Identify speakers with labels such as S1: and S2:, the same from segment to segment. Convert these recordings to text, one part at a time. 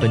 S1: 本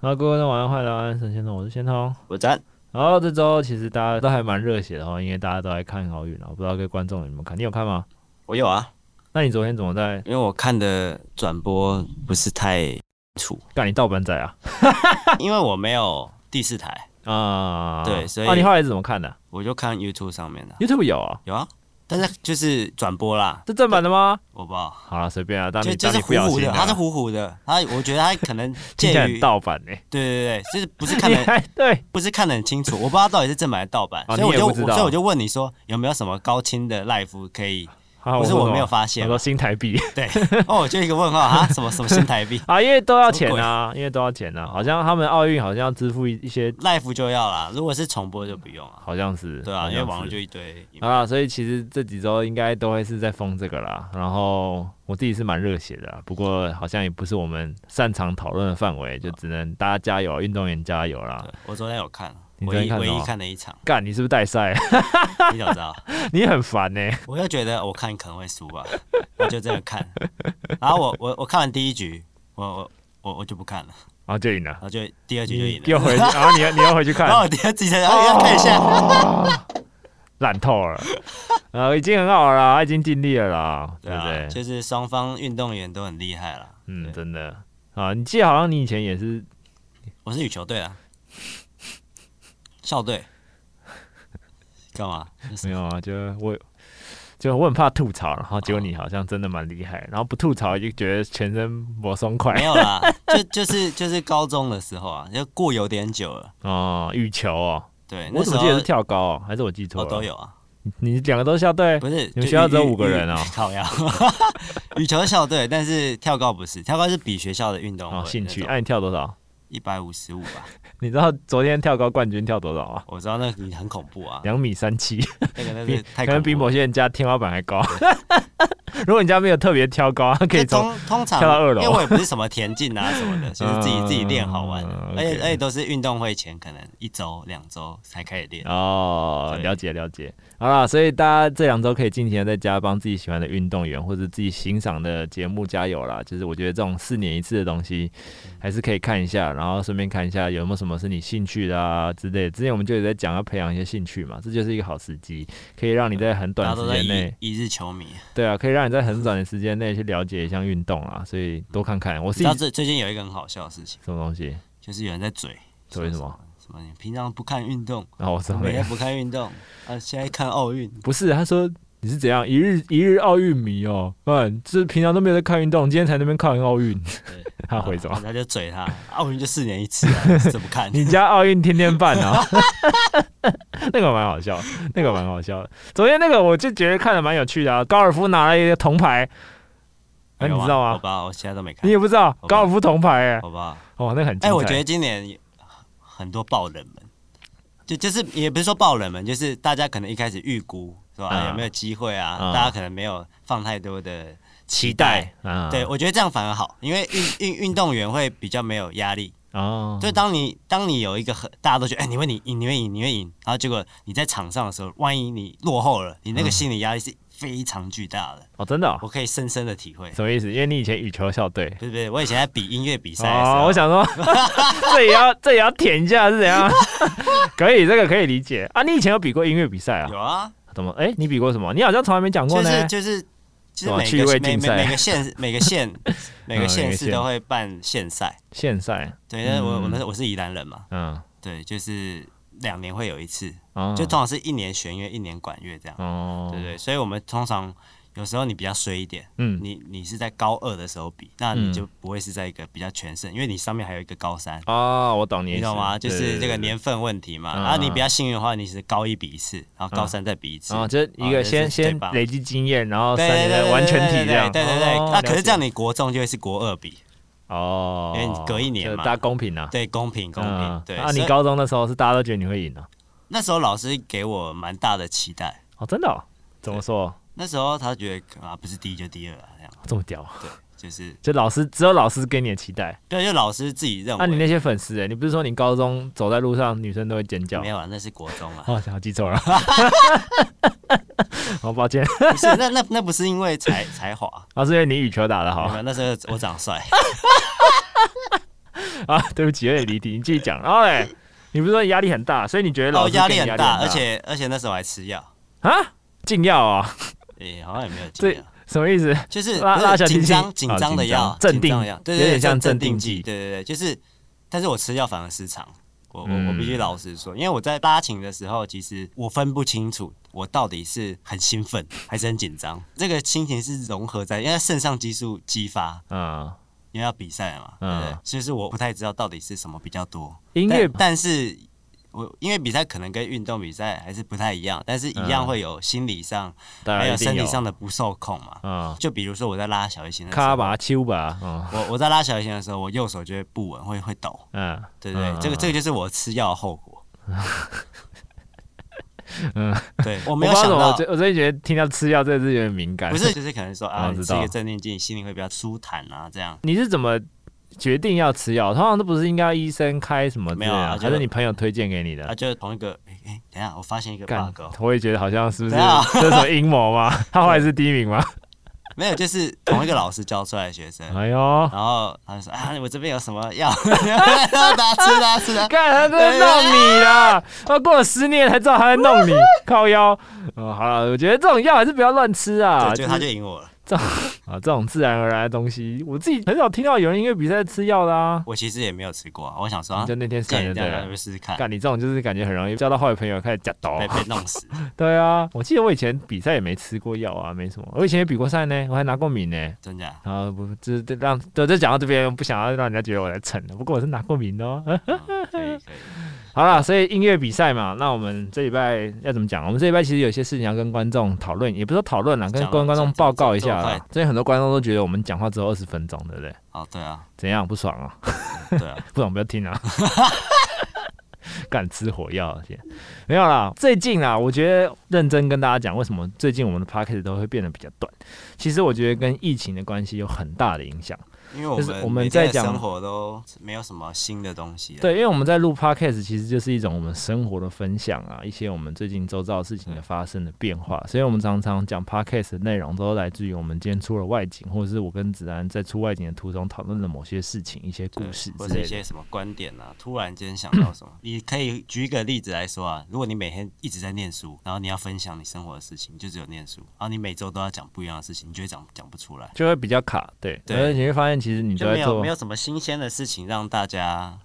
S1: 好，各位观众晚上好，晚安，沈先生，我是先通。
S2: 我赞，
S1: 然后这周其实大家都还蛮热血的哦，因为大家都在看奥运啊，我不知道各位观众有没有看？你有看吗？
S2: 我有啊，
S1: 那你昨天怎么在
S2: 因为我看的转播不是太楚，
S1: 干你盗版仔啊？
S2: 因为我没有第四台，
S1: 啊、
S2: 对所以
S1: 那、你后来是怎么看的
S2: 我就看 YouTube 上面的，
S1: ？YouTube 有啊，
S2: 有啊，但是就是转播啦，
S1: 这正版的吗？
S2: 我不知道。
S1: 好了，随便啊，当
S2: 就
S1: 你
S2: 就
S1: 当
S2: 是
S1: 你
S2: 糊
S1: 不小
S2: 糊
S1: 心
S2: 的，
S1: 啊
S2: 它 是糊糊的，它我觉得它可能
S1: 听
S2: 介
S1: 起来
S2: 于
S1: 很盗版呢、欸。
S2: 对对对，就是不是看
S1: 你
S2: 得
S1: 还 对，
S2: 不是看得很清楚，我 不知道到底是正版还是盗版，
S1: 哦
S2: 所以
S1: 你
S2: 我
S1: 也
S2: 就
S1: 不知
S2: 我
S1: 道
S2: 所以我就问你说有没有什么高清的 live 可以？
S1: 好
S2: 不是
S1: 说
S2: 我
S1: 什么
S2: 没有发现
S1: 我说新台币
S2: 对， 哦，我就一个问号啊，什么什么新台币
S1: 啊，因为都要
S2: 什么
S1: 钱
S2: 鬼
S1: 啊，因为都要钱啊，好像他们奥运好像要支付一一些，
S2: ，live 就要啦，如果是重播就不用啊。
S1: 好像是
S2: 对
S1: 好
S2: 啊，
S1: 像
S2: 因为网络
S1: 是
S2: 就一堆影片。
S1: 啊，所以其实这几周应该都会是在封这个啦。然后我自己是蛮热血的啦，不过好像也不是我们擅长讨论的范围，就只能大家加油，运动员加油啦
S2: 对。我昨天有看，
S1: 你昨
S2: 唯
S1: 天
S2: 一
S1: 看
S2: 唯
S1: 什
S2: 一
S1: 么
S2: 看的一场，
S1: 干，你是不是带赛？
S2: 你怎么知道？
S1: 你很烦呢、
S2: 我就觉得我看可能会输吧，我就这样看。然后我我我看完第一局，我我我我就不看了，
S1: 然后就赢了
S2: 然，后就第二局就
S1: 你
S2: 赢了。
S1: 又回去，然后你又你又回去看哦
S2: 然，后我第二局才然后要看一下，
S1: 烂透了。呃，已经很好了啦，他已经尽力了啦，对不
S2: 啊，
S1: 对？
S2: 就是双方运动员都很厉害啦。
S1: 嗯，
S2: 对
S1: 真的啊，你记得好像你以前也是
S2: 我是羽球队啊，校队。干嘛？
S1: 没有啊，就我就我很怕吐槽，然
S2: 哦
S1: 后结果你好像真的蛮厉害，然后不吐槽就觉得全身不松快
S2: 没有啦，就就是就是高中的时候啊，就过有点久了。
S1: 哦。羽球哦，
S2: 对，
S1: 我
S2: 哎那
S1: 怎
S2: 时
S1: 么
S2: 候
S1: 记得是跳高、哦，还是我记错
S2: 哦
S1: 了？
S2: 都有哦啊，
S1: 你两个都是校队
S2: 不是
S1: 你们
S2: 就
S1: 学校
S2: 羽
S1: 只有五
S2: 羽
S1: 个人哦
S2: 羽靠呀， 羽球校队，但是跳高不是，跳高是比学校的运动
S1: 哦，
S2: 会
S1: 兴趣？哎、你跳多少？
S2: 一百五十五吧，
S1: 你知道昨天跳高冠军跳多少啊？
S2: 我知道那个很恐 怖啊，
S1: 两米三七，
S2: 那个那
S1: 比
S2: 是
S1: 可
S2: 太
S1: 能
S2: 恐
S1: 比
S2: 怖
S1: 某
S2: 了。
S1: 些人家天花板还高。 如果你家没有特别挑高，可以
S2: 就
S1: 从
S2: 通通常
S1: 跳到二楼
S2: 因为我也不是什么田径啊什么的，就是自己自己练好玩的
S1: 嗯，
S2: 而且
S1: OK
S2: 而且都是运动会前可能一周两周才开始练。
S1: 哦，
S2: 对
S1: 了解了解。好啦，所以大家这两周可以尽情的在家帮自己喜欢的运动员或者自己欣赏的节目加油啦。就是我觉得这种四年一次的东西，
S2: 嗯
S1: 还是可以看一下，然后顺便看一下有没有什么是你兴趣的啊之类的。之前我们就有在讲要培养一些兴趣嘛，这就是一个好时机，可以让你在很
S2: 嗯大
S1: 短
S2: 家
S1: 时
S2: 都在
S1: 间
S2: 一
S1: 内，
S2: 一日球迷，
S1: 对啊，可以让你在很短的时间内去了解一项运动啊。所以多看看，我
S2: 你
S1: 是
S2: 知道最最近有一个很好笑的事情，
S1: 什么东西？
S2: 就是有人在嘴
S1: 所以什
S2: 说
S1: 么？
S2: 什么你平常不看运动，
S1: 然后哦我说
S2: 每天不看运动啊，现在看奥运，
S1: 不是，他说你是怎样一日一日奥运迷哦，嗯，就是平常都没有在看运动，今天才那边看完奥运。 他回什么？
S2: 他就嘴他，奥运就四年一次啊，怎么看？
S1: 你家奥运天天办啊？ 那个蛮好笑，那个蛮好笑的。昨天那个我就觉得看的蛮有趣的啊，高尔夫拿了一个铜牌，哎、
S2: 有啊
S1: 你知道
S2: 我
S1: 吗
S2: 不？知道，我现在都没看
S1: 你，也不知道
S2: 我
S1: 高尔夫铜牌哎、
S2: 好不好？
S1: 哦，那个很精彩。
S2: 哎，我觉得今年很多爆冷门，就就是也不是说爆冷门，就是大家可能一开始预估是吧？
S1: 嗯
S2: 有没有机会啊？
S1: 嗯
S2: 大家可能没有放太多的期
S1: 期
S2: 待。
S1: 啊，
S2: 对，我觉得这样反而好，因为运运运动员会比较没有压力。
S1: 哦，
S2: 就当你当你有一个很大家都觉得哎、你会你赢你会赢你会赢，然后结果你在场上的时候，万一你落后了，你那个心理压力是非常巨大的，
S1: 哦，真的、哦，
S2: 我可以深深的体会。
S1: 什么意思？因为你以前羽球校队
S2: 不是不是，我以前在比音乐比赛的时候，
S1: 哦，我想说， 这也要这也要舔一下是怎样？可以，这个可以理解啊。你以前有比过音乐比赛啊？
S2: 有啊，
S1: 怎么？哎、你比过什么？你好像从来没讲过
S2: 就
S1: 呢。
S2: 是就是
S1: 什
S2: 就
S1: 么
S2: 是
S1: 趣
S2: 每
S1: 味
S2: 个
S1: 竞
S2: 每
S1: 赛嗯
S2: 每每个 县每个县每个
S1: 每
S2: 县
S1: 个
S2: 市
S1: 县
S2: 都会办县赛，
S1: 现赛，
S2: 对，因为我
S1: 嗯
S2: 我们我是宜兰人嘛，
S1: 嗯，
S2: 对，就是两年会有一次，
S1: 哦
S2: 就通常是一年弦乐一年管乐这样，
S1: 哦，
S2: 对对，所以我们通常有时候你比较衰一点，
S1: 嗯
S2: 你你是在高二的时候比，那你就不会是在一个比较全盛，因为你上面还有一个高三，
S1: 啊，我懂你意思，
S2: 你懂吗？就
S1: 对对
S2: 是
S1: 对
S2: 这个
S1: 对
S2: 年份问题嘛。
S1: 嗯
S2: 啊，你比较幸运的话，你是高一比一次，然后高三再比一次，
S1: 啊，就是一
S2: 啊
S1: 个
S2: 这是
S1: 先
S2: 最
S1: 先
S2: 棒
S1: 累积经验，然后
S2: 对
S1: 三年
S2: 对
S1: 哦
S2: 对，
S1: 的
S2: 对
S1: 完全体这样，
S2: 对对对对对。
S1: 哦
S2: 那可是这样，
S1: 了解
S2: 你国中就会是国二比，
S1: 哦，
S2: 因为你隔一年
S1: 就
S2: 嘛
S1: 大家公平啊，
S2: 对，公平公平
S1: 嗯。
S2: 对，
S1: 啊，
S2: 所以
S1: 你高中的时候是大家都觉得你会赢啊，
S2: 那时候老师给我蛮大的期待，
S1: 哦，真的哦？怎么说？
S2: 那时候他觉得啊，不是第一就第二啊，这样
S1: 这么屌啊？
S2: 就是
S1: 就老师只有老师给你的期待，
S2: 对，就老师自己认
S1: 那你
S2: 为
S1: 那些粉丝哎，你不是说你高中走在路上女生都会尖叫
S2: 没？有啊，那是国中啊。
S1: 哦，好记错了， 好抱歉，
S2: 不是，那那那不是因为才才华，
S1: 啊，是因为你羽球打得
S2: 没
S1: 好
S2: 有那时候我长 帅，
S1: 啊，对不起，有点离题，你继续讲。然后嘞，你不是说压力很大，所以你觉得老
S2: 哦，
S1: 师
S2: 压
S1: 给
S2: 力
S1: 你
S2: 很
S1: 很
S2: 大，而且而且那时候我还吃药，
S1: 啊，禁药啊，
S2: 诶、好像也没有禁
S1: 这
S2: 药，
S1: 什么意思？
S2: 就是
S1: 拉
S2: 不是
S1: 拉小提
S2: 紧
S1: 琴
S2: 张
S1: 哦
S2: 紧张的
S1: 紧
S2: 药，
S1: 张镇
S2: 紧张的
S1: 定
S2: 药，对
S1: 有
S2: 对对，
S1: 点像
S2: 镇
S1: 镇定
S2: 剂，
S1: 剂
S2: 对对对，就是，但是我吃药反而失常，我我我
S1: 嗯
S2: 必须老实说，因为我在拉琴的时候，其实我分不清楚。我到底是很兴奋还是很紧张？这个心情是融合在，因为肾上激素激发，
S1: 嗯，
S2: 因为要比赛了嘛，对
S1: 嗯
S2: 不对？所以是我不太知道到底是什么比较多。
S1: 音乐
S2: 但但是我因为比赛可能跟运动比赛还是不太一样，但是一样
S1: 嗯
S2: 会有心理上、
S1: 当然
S2: 还有
S1: 一定
S2: 身体
S1: 有
S2: 上的不受控嘛。
S1: 嗯，
S2: 就比如说我在拉小提琴的时
S1: 卡
S2: 候，
S1: 吧、丘吧，嗯
S2: 我我在拉小提琴的时候，我右手就会不稳，会会抖，
S1: 嗯，
S2: 对不对？
S1: 嗯
S2: 这个这个就是我吃药的后果。
S1: 嗯，
S2: 对我
S1: 我
S2: 没有
S1: 不知
S2: 想
S1: 道怎么，
S2: 到
S1: 我最，我最近觉得听到吃药这个字有点敏感。
S2: 不是，就是可能说啊，
S1: 我
S2: 你
S1: 知
S2: 吃一
S1: 道
S2: 个镇定剂，你心里会比较舒坦啊，这样。
S1: 你是怎么决定要吃药？通常都不是应该医生开什么之类的
S2: 没有啊就
S1: 还是你朋友推荐给你的
S2: 啊，？就是同一个，哎哎，等一下，我发现一个
S1: 嗯干
S2: bug，哦、
S1: 我也觉得好像是不是
S2: 对啊
S1: 这是什么阴谋 吗？他后来是第一名吗？
S2: 没有，就是同一个老师教出来的学生，
S1: 哎呦，
S2: 然后他就说啊，我这边有什么药， 打吃打吃打。
S1: 干他在弄你啦！他过了十年才知道他在弄
S2: 哎
S1: 你，靠腰。哦，好了，我觉得这种药还是不要乱吃啊。
S2: 对，就他就赢我了。
S1: 啊，这种自然而然的东西，我自己很少听到有人因为比赛吃药的啊。
S2: 我其实也没有吃过啊，我想说啊
S1: 你就那天
S2: 见
S1: 散
S2: 人
S1: 就
S2: 家
S1: 对
S2: 要
S1: 了
S2: 不。试试看，
S1: 干你这种就是感觉很容易交到坏朋友，开始啊夹刀
S2: 被。被弄死。
S1: 对啊，我记得我以前比赛也没吃过药啊，没什么。我以前也比过赛呢，我还拿过名呢。
S2: 真假？
S1: 然后不，这这让，对，这讲到这边，不想要让人家觉得我在蹭了。不过我是拿过名的哦。嗯
S2: 嗯可以可以。
S1: 好啦，所以音乐比赛嘛，那我们这礼拜要怎么讲？我们这礼拜其实有些事情要跟观众讨论，也不是说讨论啦，跟
S2: 讲
S1: 观观众
S2: 讲
S1: 报告一下
S2: 讲这么
S1: 啦
S2: 快。
S1: 最近很多观众都觉得我们讲话只有二十分钟，对不对？
S2: 哦，对啊，
S1: 怎样不爽啊？
S2: 对 啊，
S1: 不懂不要听啊！敢吃火药，先没有啦。最近啊，我觉得认真跟大家讲，为什么最近我们的 p a c k a g e 都会变得比较短？其实我觉得跟疫情的关系有很大的影响。
S2: 因为我
S1: 就是
S2: 们
S1: 我们
S2: 每天
S1: 在
S2: 的
S1: 讲
S2: 生活都没有什么新的东西。，啊
S1: 对，因为我们在录 podcast，其实就是一种我们生活的分享啊，一些我们最近周遭的事情的发生的变化，所以我们常常讲 podcast 的内容都来自于我们今天出了外景，或者是我跟子安在出外景的途中讨论的某些事情、一些故
S2: 对
S1: 事
S2: 或
S1: 之
S2: 是
S1: 类
S2: 一
S1: 的。
S2: 些什么观点啊，突然间想到什 么，你可以举一个例子来说啊。如果你每天一直在念书，然后你要分享你生活的事情，你就只有念书，然后你每周都要讲不一样的事情，你就会讲讲不出来。
S1: 就会比较卡，对，
S2: 对
S1: 而且你会发现，其实你
S2: 就
S1: 都
S2: 没
S1: 在
S2: 有
S1: 做
S2: 没有什么新鲜的事情让大 家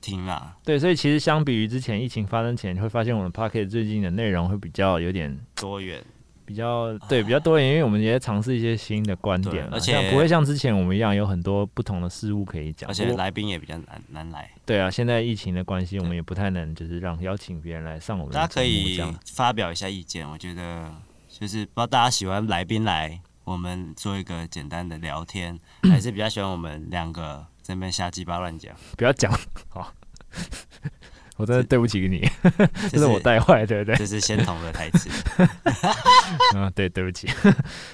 S2: 听啊啦。
S1: 对，所以其实相比于之前疫情发生前，你会发现我们 p a c k e t 最近的内容会比较有点
S2: 多元
S1: 比较对比较多元，因为我们也尝试一些新的观
S2: 对
S1: 点啊，
S2: 而且
S1: 像不会像之前我们一样有很多不同的事物可以讲。
S2: 而
S1: 不
S2: 且
S1: 过
S2: 来宾也比较难难来，
S1: 对啊，现在疫情的关系，我们也不太能就是让邀请别人来上我们的
S2: 大家可
S1: 节目这
S2: 以
S1: 样。
S2: 发表一下意见。我觉得就是不知道大家喜欢来宾来，我们做一个简单的聊 天，还是比较喜欢我们两个在那边瞎鸡巴 乱讲。
S1: 不要讲，好， 我真的对不起你，
S2: 这
S1: 这是我，带坏，对不对？
S2: 这是先同的台词。
S1: 啊，对，对不起，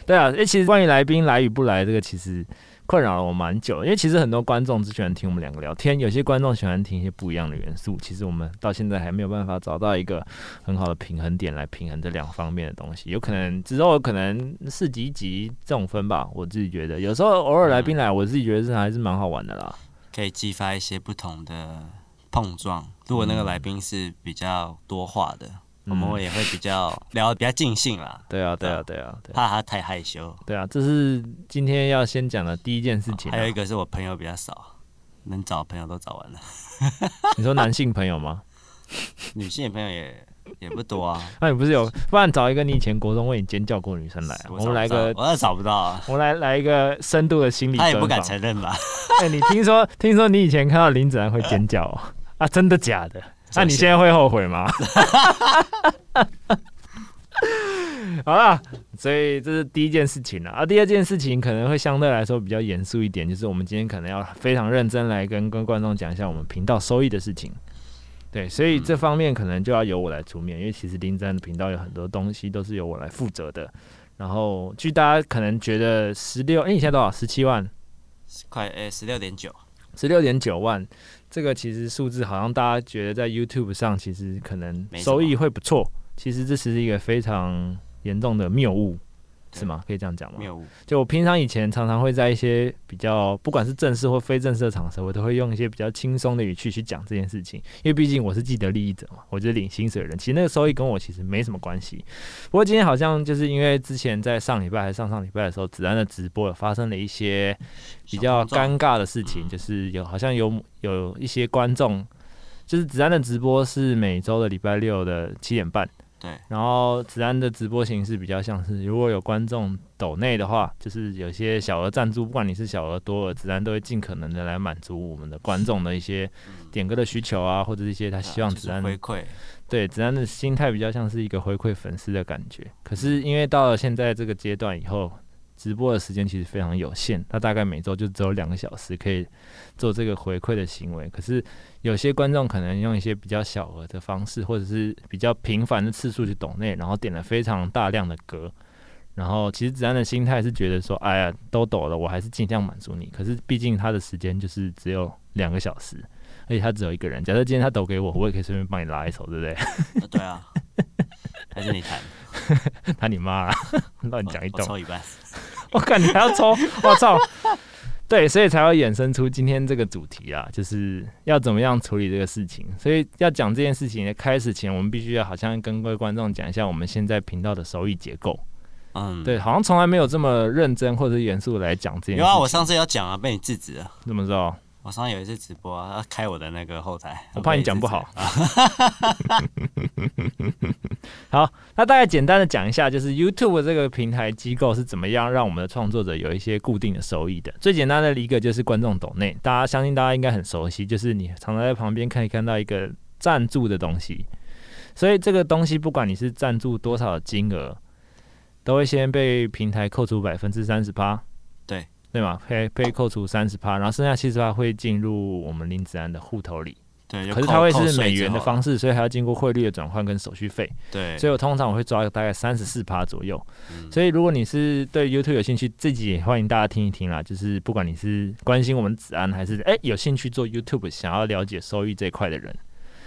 S1: 对啊，因为其实关于来宾来与不来这个，其实困扰了我蛮久，因为其实很多观众只喜欢听我们两个聊天，有些观众喜欢听一些不一样的元素，其实我们到现在还没有办法找到一个很好的平衡点来平衡这两方面的东西，有可能之后可能四集一集这种分吧，我自己觉得有时候偶尔来宾
S2: 嗯
S1: 来，我自己觉得是还是蛮好玩的啦。
S2: 可以激发一些不同的碰撞。如果那个来宾是比较多话的，我们
S1: 嗯
S2: 会也会 比较聊得比较尽兴啦，
S1: 对啊，对啊，对啊，对啊，
S2: 怕他太害羞。
S1: 对啊，这是今天要先讲的第一件事情啊、
S2: 还有一个是我朋友比较少，能找的朋友都找完了，
S1: 你说男性朋友吗？
S2: 女性的朋友也也不多啊。
S1: 那哎你不是有，不然找一个你以前国中为你尖叫过的女生来啊，
S2: 我
S1: 我
S2: 找
S1: 们
S2: 不
S1: 来个
S2: 到，我也找不到啊，
S1: 我们来来一个深度的心理
S2: 他也
S1: 专
S2: 不敢
S1: 访
S2: 承认 吧？
S1: 哎、你听说听说你以前看到林子然会尖叫、哦、啊？真的假的？那、你现在会后悔吗？ 好啦，所以这是第一件事情了啊。第二件事情可能会相对来说比较严肃一点，就是我们今天可能要非常认真来跟跟观众讲一下我们频道收益的事情。对，所以这方面可能就要由我来出面，因为其实林真的频道有很多东西都是由我来负责的。然后，据大家可能觉得十六，哎，你现在多少？十七万，
S2: 快诶，十六点九，
S1: 十六点九万，这个其实数字好像大家觉得在 YouTube 上其实可能
S2: 没什么
S1: 收益会不错，其实这是一个非常严重的谬误，是吗？可以这样讲吗？
S2: 谬误。
S1: 就我平常以前常常会在一些比较不管是正式或非正式的场合，我都会用一些比较轻松的语气去讲这件事情，因为毕竟我是既得利益者嘛，我就是领薪水的人，其实那个收益跟我其实没什么关系。不过今天好像就是因为之前在上礼拜还是上上礼拜的时候，子安的直播有发生了一些比较尴尬的事
S2: 嗯
S1: 情，就是有好像有有一些观众，就是子安的直播是每周的礼拜六的七点半。
S2: 对，
S1: 然后子安的直播形式比较像是，如果有观众抖内的话，就是有些小额赞助，不管你是小额多额，子安都会尽可能的来满足我们的观众的一些点歌的需求啊，或者是一些他希望
S2: 嗯啊
S1: 子安、
S2: 就是回馈，
S1: 对子安的心态比较像是一个回馈粉丝的感觉。可是因为到了现在这个阶段以后，直播的时间其实非常有限，他大概每周就只有两个小时可以做这个回馈的行为。可是有些观众可能用一些比较小额的方式，或者是比较频繁的次数去抖内，然后点了非常大量的歌。然后其实子安的心态是觉得说，哎呀，都抖了，我还是尽量满足你。可是毕竟他的时间就是只有两个小时，而且他只有一个人。假设今天他抖给我，我也可以顺便帮你拉一首，对不对？
S2: 啊 对啊，还是你弹，
S1: 他 你妈啦， 乱讲一
S2: 哦我我
S1: 通。
S2: 抽一半，
S1: 我靠，你还要抽？我操！ 对，所以才会衍生出今天这个主题啊，就是要怎么样处理这个事情。所以要讲这件事情的开始前，我们必须要好像跟各位观众讲一下我们现在频道的收益结构。
S2: 嗯，。
S1: 对，好像从来没有这么认真或者严肃地来讲这件事
S2: 有啊，
S1: 情。
S2: 我上次有讲啊，被你制止了。
S1: 怎么知道？
S2: 我上次有一次直播啊，开我的那个后台，
S1: 我怕你讲不
S2: 被
S1: 好。 好，那大概简单的讲一下，就是 YouTube 这个平台机构是怎么样让我们的创作者有一些固定的收益的。最简单的一个就是观众抖内，大家相信大家应该很熟悉，就是你常常在旁边可以看到一个赞助的东西，所以这个东西不管你是赞助多少金额，都会先被平台扣除百分之三十八。
S2: 对
S1: 对嘛，被被扣除三十趴，然后剩下七十趴会进入我们林子安的户头里。
S2: 制止。对，就
S1: 可是
S2: 扣
S1: 它会
S2: 扣
S1: 是
S2: 税
S1: 美
S2: 之
S1: 元的
S2: 后
S1: 方式，所以还要经过汇率的转换跟手续费，
S2: 对，
S1: 所以我通常我会抓大概三十四趴左右。
S2: 嗯
S1: 所以如果你是对 YouTube 有兴趣，自己也欢迎大家听一听啦。就是不管你是关心我们子安，还是哎、有兴趣做 YouTube 想要了解收益这一块的人，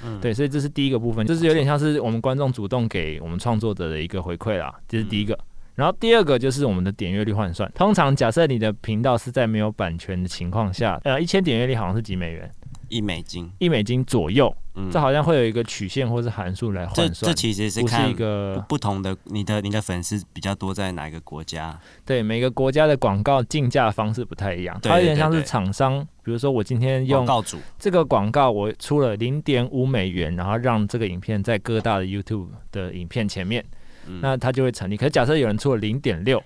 S2: 嗯
S1: 对，所以这是第一个部分，就是有点像是我们观众主动给我们创作者的一个回馈啦，这是第一
S2: 嗯
S1: 个。然后第二个就是我们的点阅率换算，通常假设你的频道是在没有版权的情况下，呃，一千点阅率好像是几美元，
S2: 一美金，
S1: 一美金左右。
S2: 嗯
S1: 这，好像会有一个曲线或是函数来
S2: 这
S1: 换
S2: 这
S1: 算，
S2: 其实是
S1: 不是
S2: 看
S1: 一
S2: 不
S1: 个
S2: 不同的你的你的粉丝比较多在哪一个国家？
S1: 对每个国家的广告竞价方式不太一样，
S2: 对
S1: 它有点
S2: 对
S1: 像是
S2: 对
S1: 厂商，比如说我今天
S2: 广
S1: 用
S2: 告主
S1: 这个广告，我出了零点五美元，然后让这个影片在各大的 YouTube 的影片前面，
S2: 嗯
S1: 那它就会成立。可是假设有人出了零点六，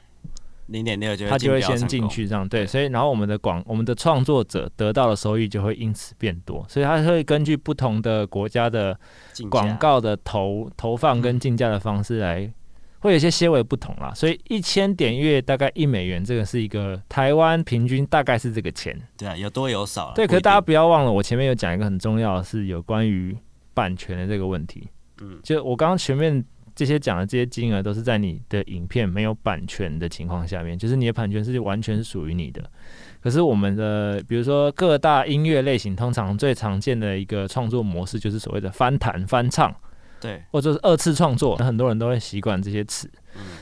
S2: 零点六就
S1: 他就会
S2: 标成
S1: 先进
S2: 功，
S1: 去这样对，所以然后我们的广我们的创作者得到的收益就会因此变多，所以它会根据不同的国家的
S2: 竞价嗯
S1: 广告的投投放跟竞价的方式来，会有一些些微不同啦。所以一千点阅大概一美元，这个是一个台湾平均大概是这个钱。
S2: 对啊，有多有少啊。
S1: 对，
S2: 不
S1: 可是
S2: 一
S1: 大家
S2: 定
S1: 不要忘了，我前面有讲一个很重要的是有关于版权的这个问题。
S2: 嗯
S1: 就我刚刚前面这些讲的这些金额，都是在你的影片没有版权的情况下面，就是你的版权是完全属于你的。可是我们的，比如说各大音乐类型，通常最常见的一个创作模式就是所谓的翻弹、翻唱。
S2: 对嗯
S1: 或者是二次创作，很多人都会习惯这些词，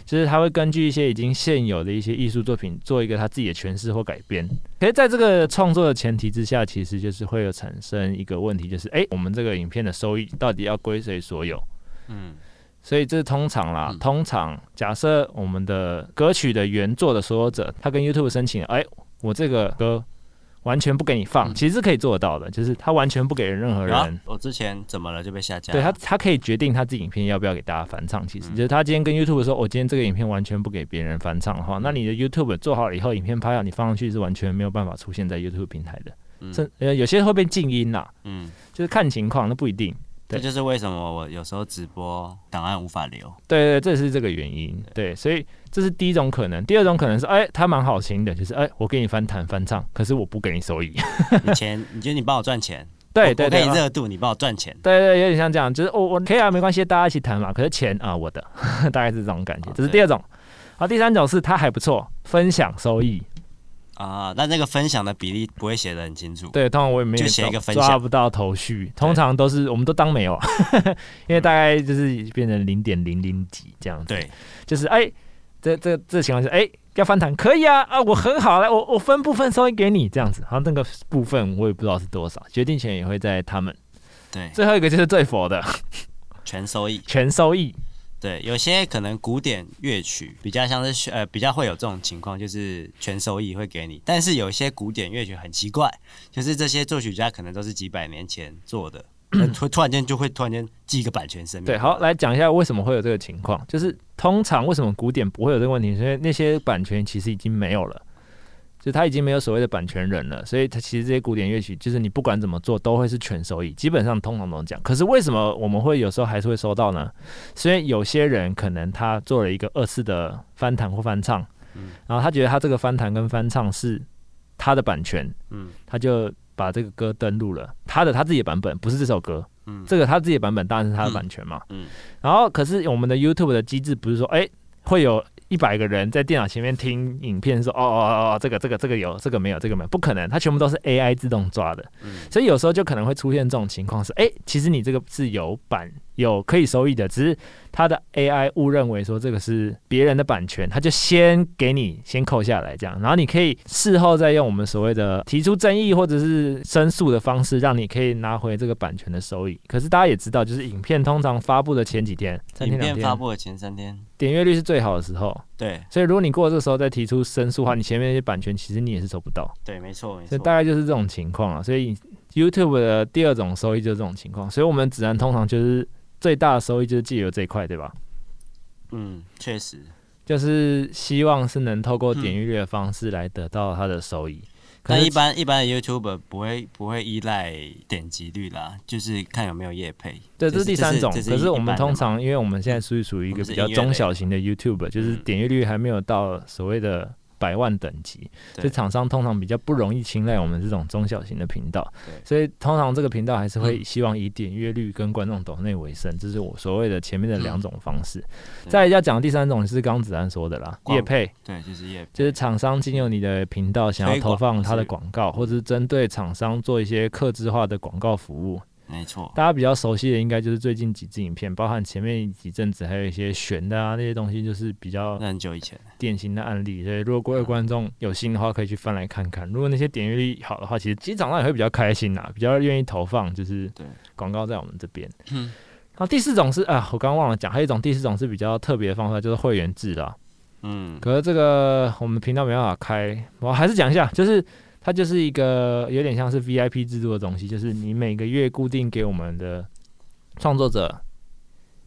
S1: 就是他会根据一些已经现有的一些艺术作品做一个他自己的诠释或改编。可是在这个创作的前提之下，其实就是会有产生一个问题，就是诶，我们这个影片的收益到底要归谁所有？
S2: 嗯
S1: 所以这通常啦，
S2: 嗯
S1: 通常假设我们的歌曲的原作的所有者，他跟 YouTube 申请，哎，我这个歌完全不给你放，其实是可以做得到的，就是他完全不给任何
S2: 嗯啊
S1: 人。
S2: 我之前怎么了就被下架？
S1: 对他，他可以决定他自己影片要不要给大家翻唱。其
S2: 嗯
S1: 实、就是他今天跟 YouTube 说，我、今天这个影片完全不给别人翻唱的
S2: 嗯
S1: 话，那你的 YouTube 做好了以后，影片拍好你放上去是完全没有办法出现在 YouTube 平台的。
S2: 嗯
S1: 这、呃有些会被静音啦，
S2: 嗯，
S1: 就是看情况，那不一定。
S2: 这
S1: 对
S2: 就是为什么我有时候直播档案无法 留。
S1: 对对，这是这个原因。对，所以这是第一种可能。第二种可能是，哎，他蛮好心的，就是哎，我给你翻弹翻唱，可是我不给你收益。
S2: 你钱，你觉得你帮我赚钱？
S1: 对
S2: 我
S1: 对
S2: 我
S1: 对，啊
S2: 给你热度，你帮我赚钱。
S1: 对对，有点像这样，就是我、我可以啊，没关系，大家一起谈嘛。可是钱啊，我的， 大概是这种感觉。这是第二种。好，第三种是它还不错，分享收益。
S2: 啊，但那个分享的比例不会写的很清楚。
S1: 对，通常我也没有
S2: 就写一个分享
S1: 抓不到头绪，通常都是我们都当没有， 啊，因为大概就是变成零点零零几这样子。
S2: 对，
S1: 就是哎、这这这情况下，哎、要翻弹可以啊啊，我很好来，我我分部分收益给你这样子，好像那个部分我也不知道是多少，决定权也会在他们。
S2: 对，
S1: 最后一个就是最佛的
S2: 全收益。
S1: 全收益，
S2: 对，有些可能古典乐曲比较像是呃比较会有这种情况，就是全收益会给你。但是有一些古典乐曲很奇怪，就是这些作曲家可能都是几百年前做 的，那突突然间就会突然间记一个版权声明。
S1: 对，好，来讲一下为什么会有这个情况，就是通常为什么古典不会有这个问题，是因为那些版权其实已经没有了。就它已经没有所谓的版权人了，所以它其实这些古典乐曲，就是你不管怎么做，都会是全收益，基本上通常都这样。可是为什么我们会有时候还是会收到呢？所以有些人可能他做了一个二次的翻弹或翻唱，然后他觉得他这个翻弹跟翻唱是他的版权，
S2: 嗯
S1: 他就把这个歌登录了，他的他自己的版本，不是这首歌，
S2: 嗯
S1: 这个他自己的版本当然是他的版权嘛，
S2: 嗯嗯
S1: 然后可是我们的 YouTube 的机制不是说，哎、会有一百个人在电脑前面听影片说，哦哦哦哦，这个这个这个有，这个没有，这个没有，不可能，它全部都是 AI 自动抓的，
S2: 嗯
S1: 所以有时候就可能会出现这种情况是，哎、其实你这个是有版有可以收益的，只是它的 AI 误认为说这个是别人的版权，它就先给你先扣下来这样，然后你可以事后再用我们所谓的提出争议或者是申诉的方式，让你可以拿回这个版权的收益。可是大家也知道，就是影片通常发布的前几天，三
S2: 影
S1: 天两
S2: 片发
S1: 天，
S2: 布的前三天，
S1: 点阅率是最好的时候，
S2: 对
S1: 所以如果你过这个时候再提出申诉的话，你前面那些版权其实你也是收不到。
S2: 对，没错没
S1: 所
S2: 错
S1: 以。大概就是这种情况啊。所以 YouTube 的第二种收益就是这种情况，所以我们指南通常就是最大的收益就是借由这一块，对吧？
S2: 嗯，确实，
S1: 就是希望是能透过点阅率的方式来得到它的收益。可
S2: 但
S1: 是
S2: 一般一般的 YouTuber 不会不会依赖点击率啦，就是看有没有业配。
S1: 对，这
S2: 这
S1: 是第三种。
S2: 这
S1: 可是
S2: 一
S1: 我们
S2: 般的
S1: 通
S2: 嘛
S1: 常，因为我们现在属于属于一
S2: 我
S1: 个
S2: 们是
S1: 比较
S2: 音乐
S1: 中
S2: 类
S1: 小型的 YouTube，就是
S2: 嗯
S1: 点阅率还没有到所谓的百万等级，
S2: 对
S1: 所以厂商通常比较不容易青睐我们这种中小型的频道
S2: 对。嗯
S1: 所以通常这个频道还是会希望以点阅率跟观众抖内为生，这是我所谓的前面的两种方式。
S2: 嗯对
S1: 再来要讲的第三种是刚刚子安说的啦，
S2: 广
S1: 业配。
S2: 对，就是业配。
S1: 就是厂商经由你的频道想要
S2: 推
S1: 投
S2: 广
S1: 放它的
S2: 是
S1: 广告，或者是针对厂商做一些客制化的广告服务，
S2: 没错，
S1: 大家比较熟悉的应该就是最近几支影片，包含前面几阵子还有一些悬的啊那些东西，就是比较
S2: 那很久以前。
S1: 典型的案例。所以如果各位观众有心的话，可以去翻来看看。如果那些点阅率好的话，其实其实厂商也会比较开心啊啦，比较愿意投放就是
S2: 对
S1: 广告在我们这边。
S2: 嗯
S1: 然后第四种是啊，我刚刚忘了讲，还有一种第四种是比较特别的方法，就是会员制啦。
S2: 嗯，
S1: 可是这个我们频道没办法开，我还是讲一下，就是它就是一个有点像是 VIP 制度的东西，就是你每个月固定给我们的创作者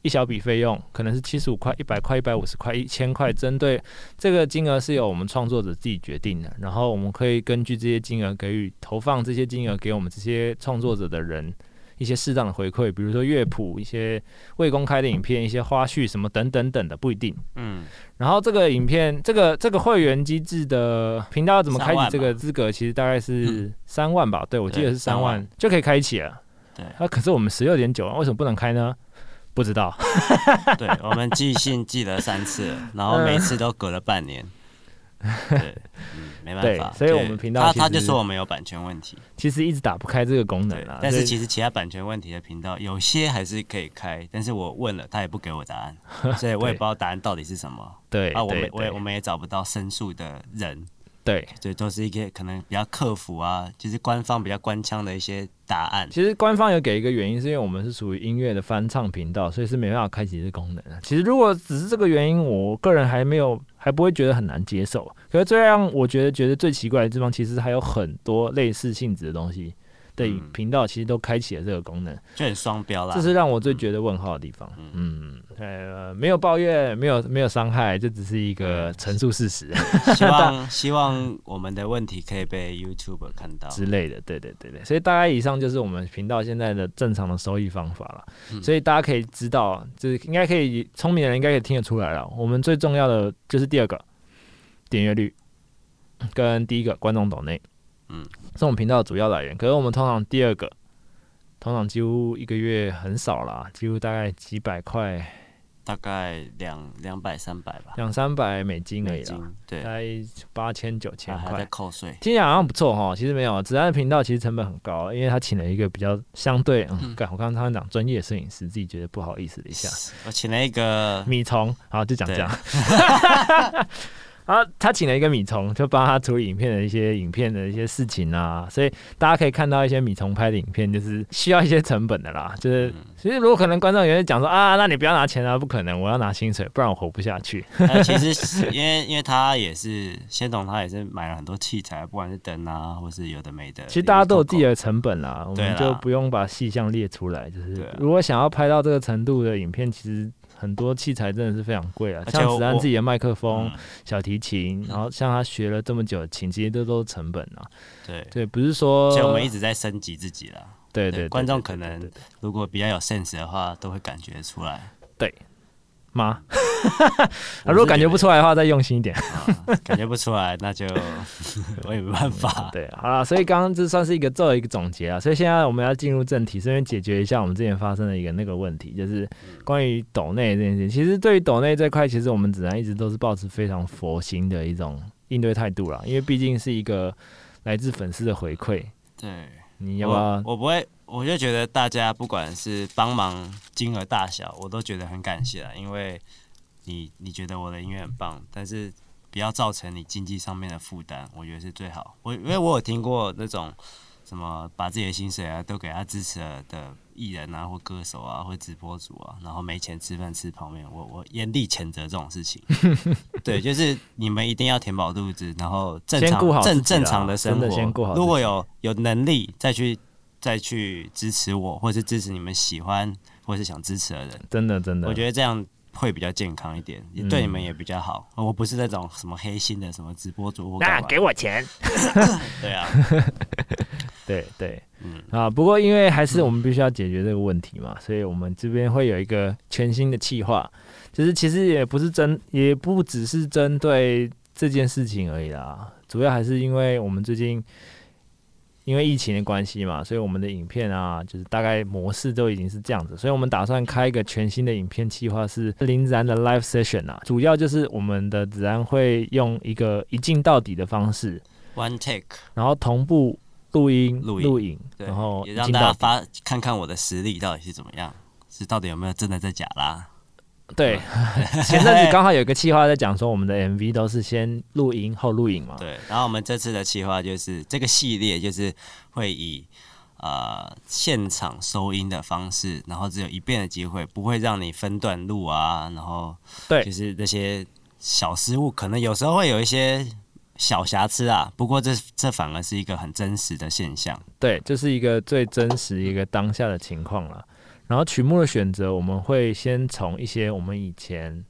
S1: 一小笔费用，可能是七十五块、一百块、一百五十块、一千块，针对这个金额是由我们创作者自己决定的，然后我们可以根据这些金额给予投放这些金额给我们这些创作者的人。一些适当的回馈，比如说乐谱、一些未公开的影片、一些花絮什么等等等的，不一定。
S2: 嗯，
S1: 然后这个影片，这个这个会员机制的频道要怎么开启这个资格，其实大概是三万吧，对我记得是
S2: 嗯对
S1: 三
S2: 3
S1: 万
S2: 万
S1: 就可以开启了。
S2: 对
S1: 啊，可是我们十六点九万为什么不能开呢？不知道，
S2: 对，我们寄信寄了三次了，然后每次都隔了半年。对，嗯，没办法。
S1: 对所以
S2: 对
S1: 我们频道
S2: 他
S1: 其
S2: 他就
S1: 实
S2: 说我们有版权问题，
S1: 其实一直打不开这个功能
S2: 对
S1: 啊。，
S2: 但
S1: 所
S2: 是
S1: 以
S2: 其实其他版权问题的频道有些还是可以开，但是我问了他也不给我答 案，所以我也
S1: 对
S2: 不知道答案到底是什么。
S1: 对
S2: 啊，我
S1: 对
S2: 们我也
S1: 对
S2: 我们也找不到申诉的人，
S1: 对，
S2: 对，都是一些可能比较客服啊，就是官方比较官腔的一些答案。
S1: 其实官方有给一个原因，是因为我们是属于音乐的啊翻唱频道，所以是没办法开启这个功能的。其实如果只是这个原因，我个人还没有还不会觉得很难接受。可是最让我觉得觉得最奇怪的地方，其实还有很多类似性质的东西的
S2: 嗯
S1: 频道，其实都开启了这个功能，
S2: 就很双标啦。
S1: 这是让我最觉得问号的地方。嗯，呃，没有抱怨，没有没有伤害，这只是一个陈述事实啊
S2: 希望 希望我们的问题可以被 YouTube 看到。
S1: 啊之类的。对对对对，所以大概以上就是我们频道现在的正常的收益方法了。
S2: 嗯
S1: 所以大家可以知道，就是应该可以聪明的人应该可以听得出来了。我们最重要的就是第二个点阅率，跟第一个观众抖内，
S2: 嗯，
S1: 是我们频道的主要来源。可是我们通常第二个，通常几乎一个月很少啦，几乎大概几百块，
S2: 大概两两百三百吧，
S1: 两三百美金而
S2: 美
S1: 已啦，
S2: 金对，
S1: 大概八千九千
S2: 还还
S1: 块
S2: 在。扣税。
S1: 听起来好像不错哈，其实没有，啊子安的频道其实成本很高，因为他请了一个比较相对，嗯，干、我刚刚他们讲专业摄影师，自己觉得不好意思了一下，
S2: 我请了一个
S1: 米虫，好就讲这
S2: 对
S1: 样。 然后他请了一个米虫，就帮他处理影片的一些影片的一些事情啊，所以大家可以看到一些米虫拍的影片，就是需要一些成本的啦。就是其实如果可能，观众也会讲说啊，那你不要拿钱啊，不可能，我要拿薪水，不然我活不下去。
S2: 呃，其实因为因为他也是先总，他也是买了很多器材，不管是灯啊，或是有的没的。
S1: 其实大家都有自己
S2: 有
S1: 的成本啦，我
S2: 对
S1: 们
S2: 啦
S1: 就不用把细项列出来。就是
S2: 对啊
S1: 如果想要拍到这个程度的影片，其实很多器材真的是非常贵啊，
S2: 而且
S1: 像子安
S2: 我
S1: 自己的麦克风、
S2: 嗯
S1: 小提琴，然后像他学了这么久的琴，其实这都是成本啊。
S2: 对，
S1: 对，不是说
S2: 而且我们一直在升级自己啦。
S1: 对
S2: 对
S1: 对
S2: 观众可
S1: 对
S2: 能
S1: 对
S2: 如果比较有 sense 的话，都会感觉出来。
S1: 吗？ 啊如果感觉不出来的话，再用心一点。
S2: 来，感觉不出来，那就我也没办法。
S1: 对，好了，所以刚刚这算是一个做一个总结啊。所以现在我们要进入正题，顺便解决一下我们之前发生的一个那个问题，就是
S2: 嗯
S1: 关于抖内这件事情。其实对于抖内这块，其实我们子然一直都是保持非常佛心的一种应对态度啦，因为毕竟是一个来自粉丝的回馈。
S2: 对，
S1: 你要不要
S2: 我？我不会，我就觉得大家不管是帮忙金额大小，我都觉得很感谢啦，因为你你觉得我的音乐很棒，但是不要造成你经济上面的负担，我觉得是最好。我因为我有听过那种什么把自己的薪水啊都给他支持了的艺人啊，或歌手啊，或直播主啊，然后没钱吃饭吃泡面，我我严厉谴责这种 事情。对，就是你们一定要填饱肚子，然后正
S1: 先顾好
S2: 常
S1: 自己
S2: 正
S1: 啦
S2: 正常的生活。
S1: 真的先顾好自己
S2: 如果有有能力再去再去支持我，或是支持你们喜欢或是想支持的人，
S1: 真的真的，嗯
S2: 我觉得这样会比较健康一点，也对你们也比较好。我不是那种什么黑心的什么直播主或干
S1: 那
S2: 嘛
S1: 给我钱。
S2: 对啊，
S1: 对对，
S2: 嗯
S1: 啊，不过因为还是我们必须要解决这个问题嘛，所以我们这边会有一个全新的企划，就是其实也不是针，也不只是针对这件事情而已啦，主要还是因为我们最近因为疫情的关系嘛，所以我们的影片啊，就是大概模式都已经是这样子，所以我们打算开一个全新的影片企划，是林然的 live session 啊，主要就是我们的子然会用一个一镜到底的方式，
S2: ，one take，
S1: 然后同步录音、
S2: 录影
S1: 录影，
S2: 对，
S1: 然后
S2: 也
S1: 一
S2: 让
S1: 镜
S2: 大家
S1: 到底
S2: 发看看我的实力到底是怎么样，是到底有没有真的在假啦？
S1: 对。 前阵子刚好有个企划在讲说，我们的 MV 都是先录音后录影嘛。
S2: 对，然后我们这次的计划就是这个系列就是会以呃现场收音的方式，然后只有一遍的机会，不会让你分段录啊，然后
S1: 对
S2: 就是那些小失误，可能有时候会有一些小瑕疵啊，不过这这反而是一个很真实的现象。
S1: 对，就是一个最真实一个当下的情况了。然后曲目的选择，我们会先从一些我们以前，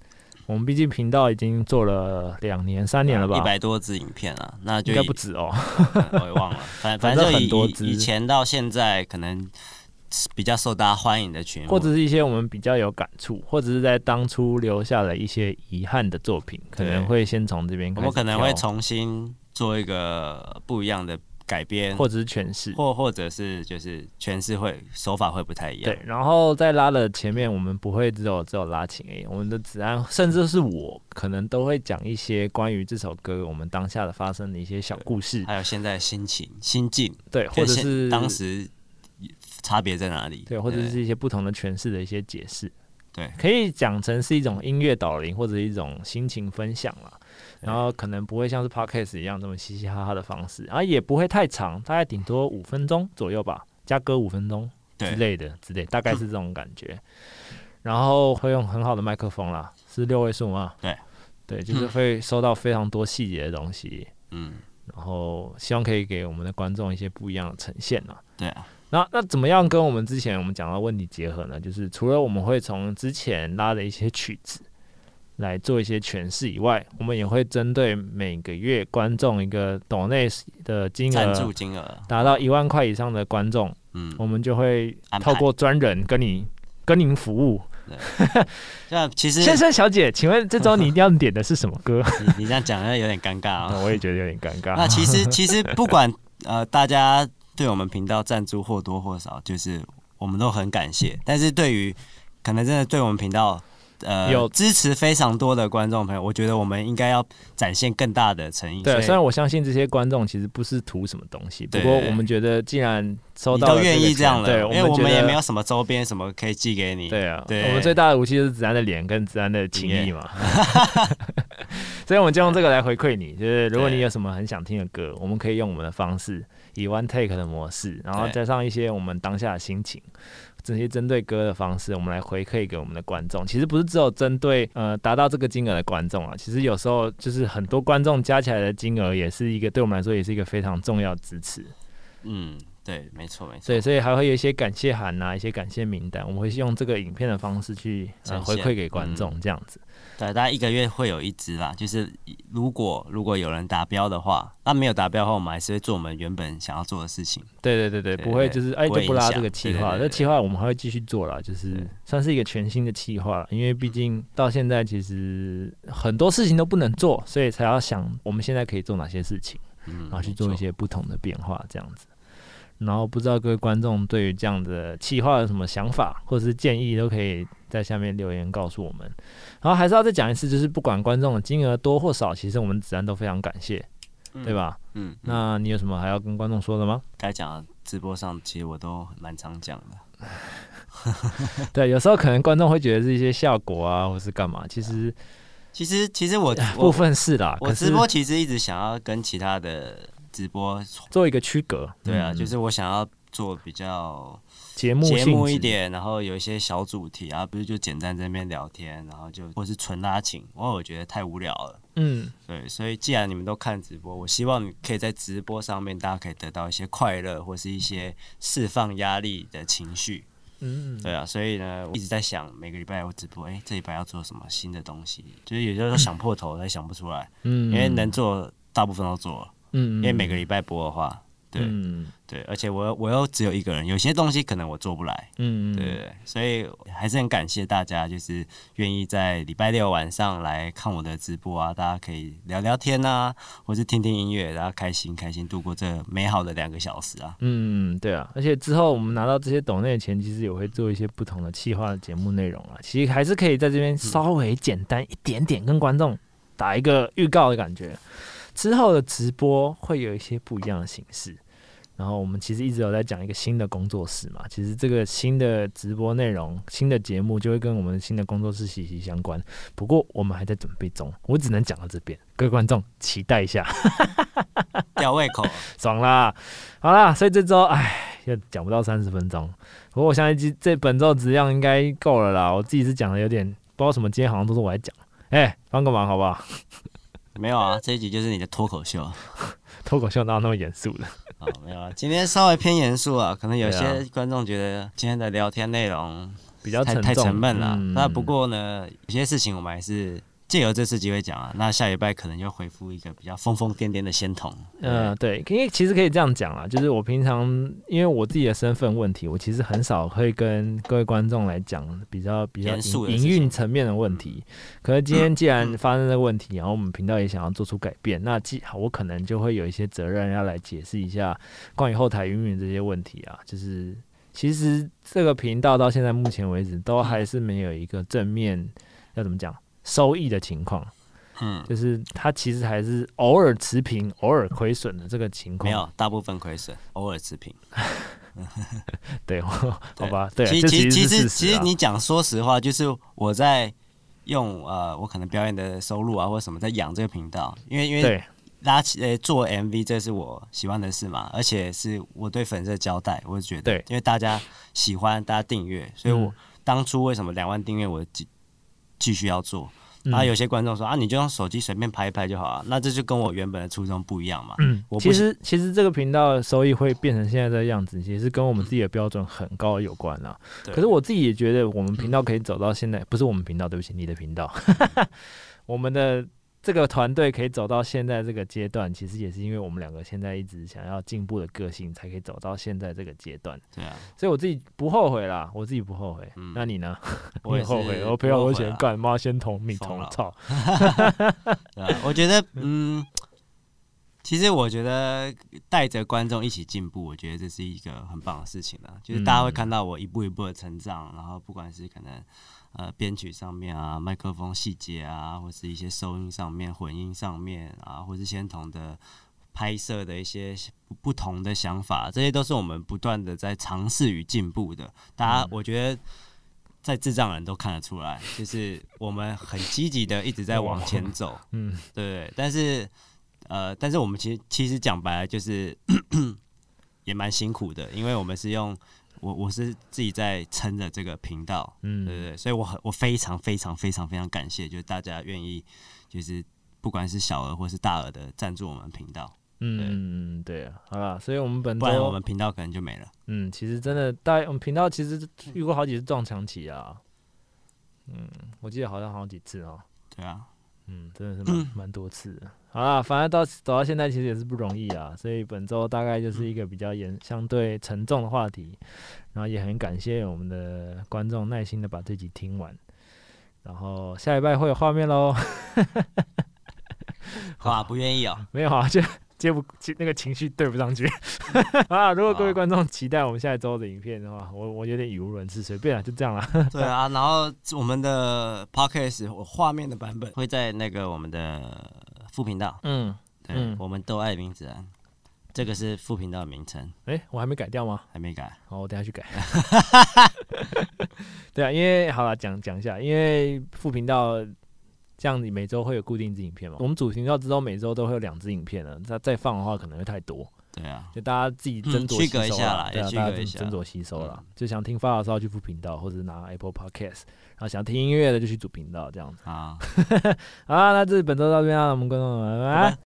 S1: 我们毕竟频道已经做了两年、三年了吧
S2: 啊一，百多支影片啊，那就
S1: 应该
S2: 以
S1: 不止哦。
S2: 哎我也忘了， 反
S1: 反
S2: 反
S1: 正
S2: 正就
S1: 很多
S2: 以
S1: 支
S2: 以以前到现在可能比较受大家欢迎的群，
S1: 或者是一些我们比较有感触，或者是在当初留下了一些遗憾的作品，可能
S2: 对
S1: 会先从这边
S2: 我
S1: 开始挑。
S2: 们可能会重新做一个不一样的改编，
S1: 或者是诠释，
S2: 或或者是就是诠释会手法会不太一样。
S1: 对，然后在拉的前面，我们不会只有只有拉琴而已，我们的子
S2: 嗯
S1: 安甚至是我，可能都会讲一些关于这首歌我们当下的发生的一些小故事，
S2: 还有现在的心情、心境，
S1: 对，或
S2: 跟
S1: 者
S2: 嗯啊现
S1: 是
S2: 当时差别在哪里？
S1: 对，或者是一些不同的诠释的一些解释，
S2: 对
S1: 可以讲成是一种音乐导聆或者一种心情分享啦。然后可能不会像是 podcast 一样这么嘻嘻哈哈的方式，然后也不会太长，大概顶多五分钟左右吧，加歌五分钟之
S2: 对
S1: 类的之类，大概是这种感觉。然后会用很好的麦克风啦，是六位数吗？
S2: 对。
S1: 对，就是会收到非常多细节的东西，
S2: 嗯，
S1: 然后希望可以给我们的观众一些不一样的呈现啊。
S2: 对啊，
S1: 那那怎么样跟我们之前我们讲到问题结合呢？就是除了我们会从之前拉的一些曲子来做一些诠释以外，我们也会针对每个月观众一个抖内的金
S2: 赞助
S1: 额
S2: 金额，
S1: 达到一万块以上的观众，
S2: 嗯，
S1: 我们就会
S2: 安排
S1: 透过专人跟你跟您服务。
S2: 那其实
S1: 先生小姐，请问这周你一定要点的是什么 歌？
S2: 你你这样讲，那有点尴尬 啊、
S1: 那我也觉得有点尴
S2: 那
S1: 尬。
S2: 其实其实不管呃大家对我们频道赞助或多或少，就是我们都很感谢。但是对于可能真的对我们频道呃
S1: 有
S2: 支持非常多的观众朋友，我觉得我们应该要展现更大的诚意。
S1: 对，虽
S2: 所以
S1: 然我相信这些观众其实不是图什么东西，不
S2: 对
S1: 过我们觉得既然收
S2: 你
S1: 到
S2: 都
S1: 了
S2: 愿
S1: 个
S2: 意
S1: 钱
S2: 这样了，
S1: 对，
S2: 因为我们
S1: 觉
S2: 也
S1: 得
S2: 没有什么周边什么可以寄给你。
S1: 对啊，
S2: 对
S1: 我们最大的武器就是子安的脸跟子安的情谊嘛， 所以我们就用这个来回馈你。就是如果
S2: 对
S1: 你有什么很想听的歌，我们可以用我们的方式，以 one take 的模式，然后
S2: 对
S1: 加上一些我们当下的心情。这些针对歌的方式，我们来回馈给我们的观众。其实不是只有针对呃达到这个金额的观众啊，其实有时候就是很多观众加起来的金额，也是一个对我们来说也是一个非常重要的支持。
S2: 嗯，对，没错没错
S1: 对，。所以还会有一些感谢函啊，一些感谢名单，我们会用这个影片的方式去、呃、
S2: 呈
S1: 回
S2: 现嗯
S1: 馈给观众，这样子。
S2: 对，大概一个月会有一支啦。就是如果如果有人达标的话，那没有达标的话，我们还是会做我们原本想要做的事情。
S1: 对对对对，
S2: 对
S1: 不会就是哎
S2: 不
S1: 就
S2: 会
S1: 不拉
S2: 影
S1: 这个
S2: 响
S1: 企
S2: 对
S1: 划，
S2: 对
S1: 这
S2: 对
S1: 企划我们还会继续做啦，就是
S2: 对
S1: 算是一个全新的企划啦，因为毕竟到现在其实很多事情都不能做，所以才要想我们现在可以做哪些事情，
S2: 嗯，
S1: 然后啊去
S2: 没
S1: 做一
S2: 错
S1: 些不同的变化，这样子。然后不知道各位观众对于这样的企划有什么想法或者是建议，都可以在下面留言告诉我们。然后还是要再讲一次，就是不管观众的金额多或少，其实我们子安都非常感谢，对？吧？
S2: 嗯，嗯
S1: 那你有什么还要跟观众说的吗？
S2: 该讲的直播上，其实我都蛮常讲的。
S1: 对，有时候可能观众会觉得是一些效果啊，或是干嘛，其实
S2: 其实，其实 我
S1: 部
S2: 我
S1: 分是啦。
S2: 我
S1: 可是
S2: 直播其实一直想要跟其他的直播，
S1: 做一个区隔，
S2: 对啊，
S1: 嗯
S2: 就是我想要做比较
S1: 节目
S2: 节
S1: 性
S2: 目一
S1: 质，
S2: 点，然后有一些小主题啊，不是就简单这边聊天，然后就或是纯拉琴，因为我觉得太无聊了。
S1: 嗯，
S2: 对，所以既然你们都看直播，我希望你可以在直播上面，大家可以得到一些快乐，或是一些释放压力的情绪。
S1: 嗯，
S2: 对啊，所以呢，我一直在想每个礼拜我直播，哎、这礼拜要做什么新的东西，就是有时候想破头，但想不出来，
S1: 嗯，
S2: 因为能做大部分都做了，
S1: 嗯，嗯，
S2: 因为每个礼拜播的话，对、
S1: 嗯
S2: 对，而且我又我又只有一个人，有些东西可能我做不来，
S1: 嗯，嗯
S2: 对对，对，所以还是很感谢大家，就是愿意在礼拜六晚上来看我的直播啊，大家可以聊聊天啊，或是听听音乐，然后开心开心度过这美好的两个小时啊。
S1: 嗯，对啊，而且之后我们拿到这些抖内的钱，其实也会做一些不同的企划的节目内容啊。其实还是可以在这边稍微简单一点点跟观众打一个预告的感觉。之后的直播会有一些不一样的形式，然后我们其实一直有在讲一个新的工作室嘛，其实这个新的直播内容、新的节目就会跟我们新的工作室息息相关。不过我们还在准备中，我只能讲到这边，各位观众期待一下。
S2: 吊胃口，
S1: 爽啦！好啦，所以这周唉，又讲不到三十分钟。不过我相信这这本周质量应该够了啦。我自己是讲的有点不知道什么，今天好像都是我来讲。哎、帮个忙好不好？
S2: 没有啊，这一集就是你的脱口秀。
S1: 脱口秀哪有那么严肃的？
S2: 哦，没有啊，今天稍微偏严肃啊，可能有
S1: 对啊
S2: 些观众觉得今天的聊天内容
S1: 比较
S2: 太
S1: 沉
S2: 太
S1: 重
S2: 沉闷了。
S1: 嗯
S2: 那不过呢，有些事情我们还是借由这次机会讲啊。那下礼拜可能就恢复一个比较疯疯癫癫的仙童。
S1: 嗯、对，因为其实可以这样讲啦，就是我平常因为我自己的身份问题，我其实很少会跟各位观众来讲比较比较
S2: 严肃的
S1: 营
S2: 事
S1: 营运
S2: 情嗯
S1: 层面的问题。可是今天既然发生这个问题，然后我们频道也想要做出改变，那既我可能就会有一些责任要来解释一下关于后台营运这些问题啊，就是。其实这个频道到现在目前为止
S2: 嗯
S1: 都还是没有一个正面，要怎么讲收益的情况，
S2: 嗯，
S1: 就是它其实还是偶尔持平、偶尔亏损的这个情况。
S2: 没有，大部分亏损，偶尔持平。
S1: 对，我好
S2: 对
S1: 吧，对啊，
S2: 其
S1: 这其
S2: 其其
S1: 实是啊事
S2: 实其
S1: 实
S2: 实你讲说实话，就是我在用呃，我可能表演的收入啊或者什么在养这个频道，因为因为
S1: 对，
S2: 拉起呃做 MV，这是我喜欢的事嘛，而且是我对粉丝的交代，我觉得，
S1: 对
S2: 因为大家喜欢，大家订阅，所以我
S1: 嗯
S2: 当初为什么两万订阅我继继续要做，
S1: 嗯
S2: 然后有些观众说啊，你就用手机随便拍一拍就好了，那这就跟我原本的初衷不一样嘛。
S1: 嗯
S2: 我，不
S1: 其实其实这个频道的收益会变成现在的样子，其实跟我们自己的标准很高有关啦。
S2: 对嗯
S1: 可是我自己也觉得，我们频道可以走到现在，不是我们频道，对不起，你的频道， 我们的这个团队可以走到现在这个阶段，其实也是因为我们两个现在一直想要进步的个性，才可以走到现在这个阶段。
S2: 对啊，
S1: 所以我自己不后悔啦，我自己不后悔。
S2: 嗯
S1: 那你呢？
S2: 我
S1: 你
S2: 也是
S1: 后悔？我
S2: 不
S1: 赔了
S2: 后
S1: 我
S2: 悔
S1: 钱
S2: 啊
S1: 干妈先同命
S2: 疯
S1: 同
S2: 了
S1: 操。
S2: 对啊，我觉得，嗯，其实我觉得带着观众一起进步，我觉得这是一个很棒的事情啊。就是大家会看到我一步一步的成长，然后不管是可能呃编曲上面啊、麦克风细节啊，或是一些收音上面、混音上面啊，或是先同的拍摄的一些不不同的想法，这些都是我们不断的在尝试与进步的。大家，我觉得。在智障人都看得出来，就是我们很积极的一直在往前走，
S1: 嗯，
S2: 对，但是呃，但是我们其实其实讲白了就是 也蛮辛苦的，因为我们是用我我是自己在撑着这个频道，
S1: 嗯
S2: 对对对，所以我很我非常非常非常非常感谢，就是大家愿意就是不管是小额或是大额的赞助我们频道，
S1: 嗯，嗯对啊，好啦，所以我们本
S2: 不然
S1: 周
S2: 我们频道可能就没了。
S1: 嗯，其实真的，大我们频道其实遇过好几次撞墙期啊。嗯，我记得好像好几次哦。
S2: 对啊，
S1: 嗯，真的是蛮蛮多次的。好啦，反正到走到现在其实也是不容易啊，所以本周大概就是一个比较严、相对沉重的话题，然后也很感谢我们的观众耐心的把这集听完，然后下礼拜会有画面喽，
S2: 哇，不愿 意哦，
S1: 没有啊，就接不接那个情绪对不上去 啊。如果各位观众期待我们下一周的影片的话，我我有点语无伦次，随便啊，就这样啦。
S2: 对啊，然后我们的 podcast 我画面的版本会在那个我们的副频道，
S1: 嗯，
S2: 对，
S1: 嗯
S2: 我们都爱林子安，这个是副频道的名称，
S1: 哎、我还没改掉吗？
S2: 还没改。
S1: 好，我等下去改。 对啊，因为好了，讲讲一下，因为副频道这样，你每周会有固定一支影片嘛？我们主频道之后每周都会有两支影片了，那再放的话可能会太多，
S2: 对啊，
S1: 就大家自己斟酌
S2: 嗯
S1: 吸
S2: 区
S1: 收
S2: 隔一下啦
S1: 对啊，
S2: 也区
S1: 大家
S2: 隔一
S1: 斟
S2: 下嗯
S1: 斟酌吸收啦。就想听发的时候去副频道，或者拿 Apple Podcast，然后想听音乐的就去主频道这样子。
S2: 好，
S1: 好啦，那这是本周到这边啦，我们观众们晚安
S2: 拜拜。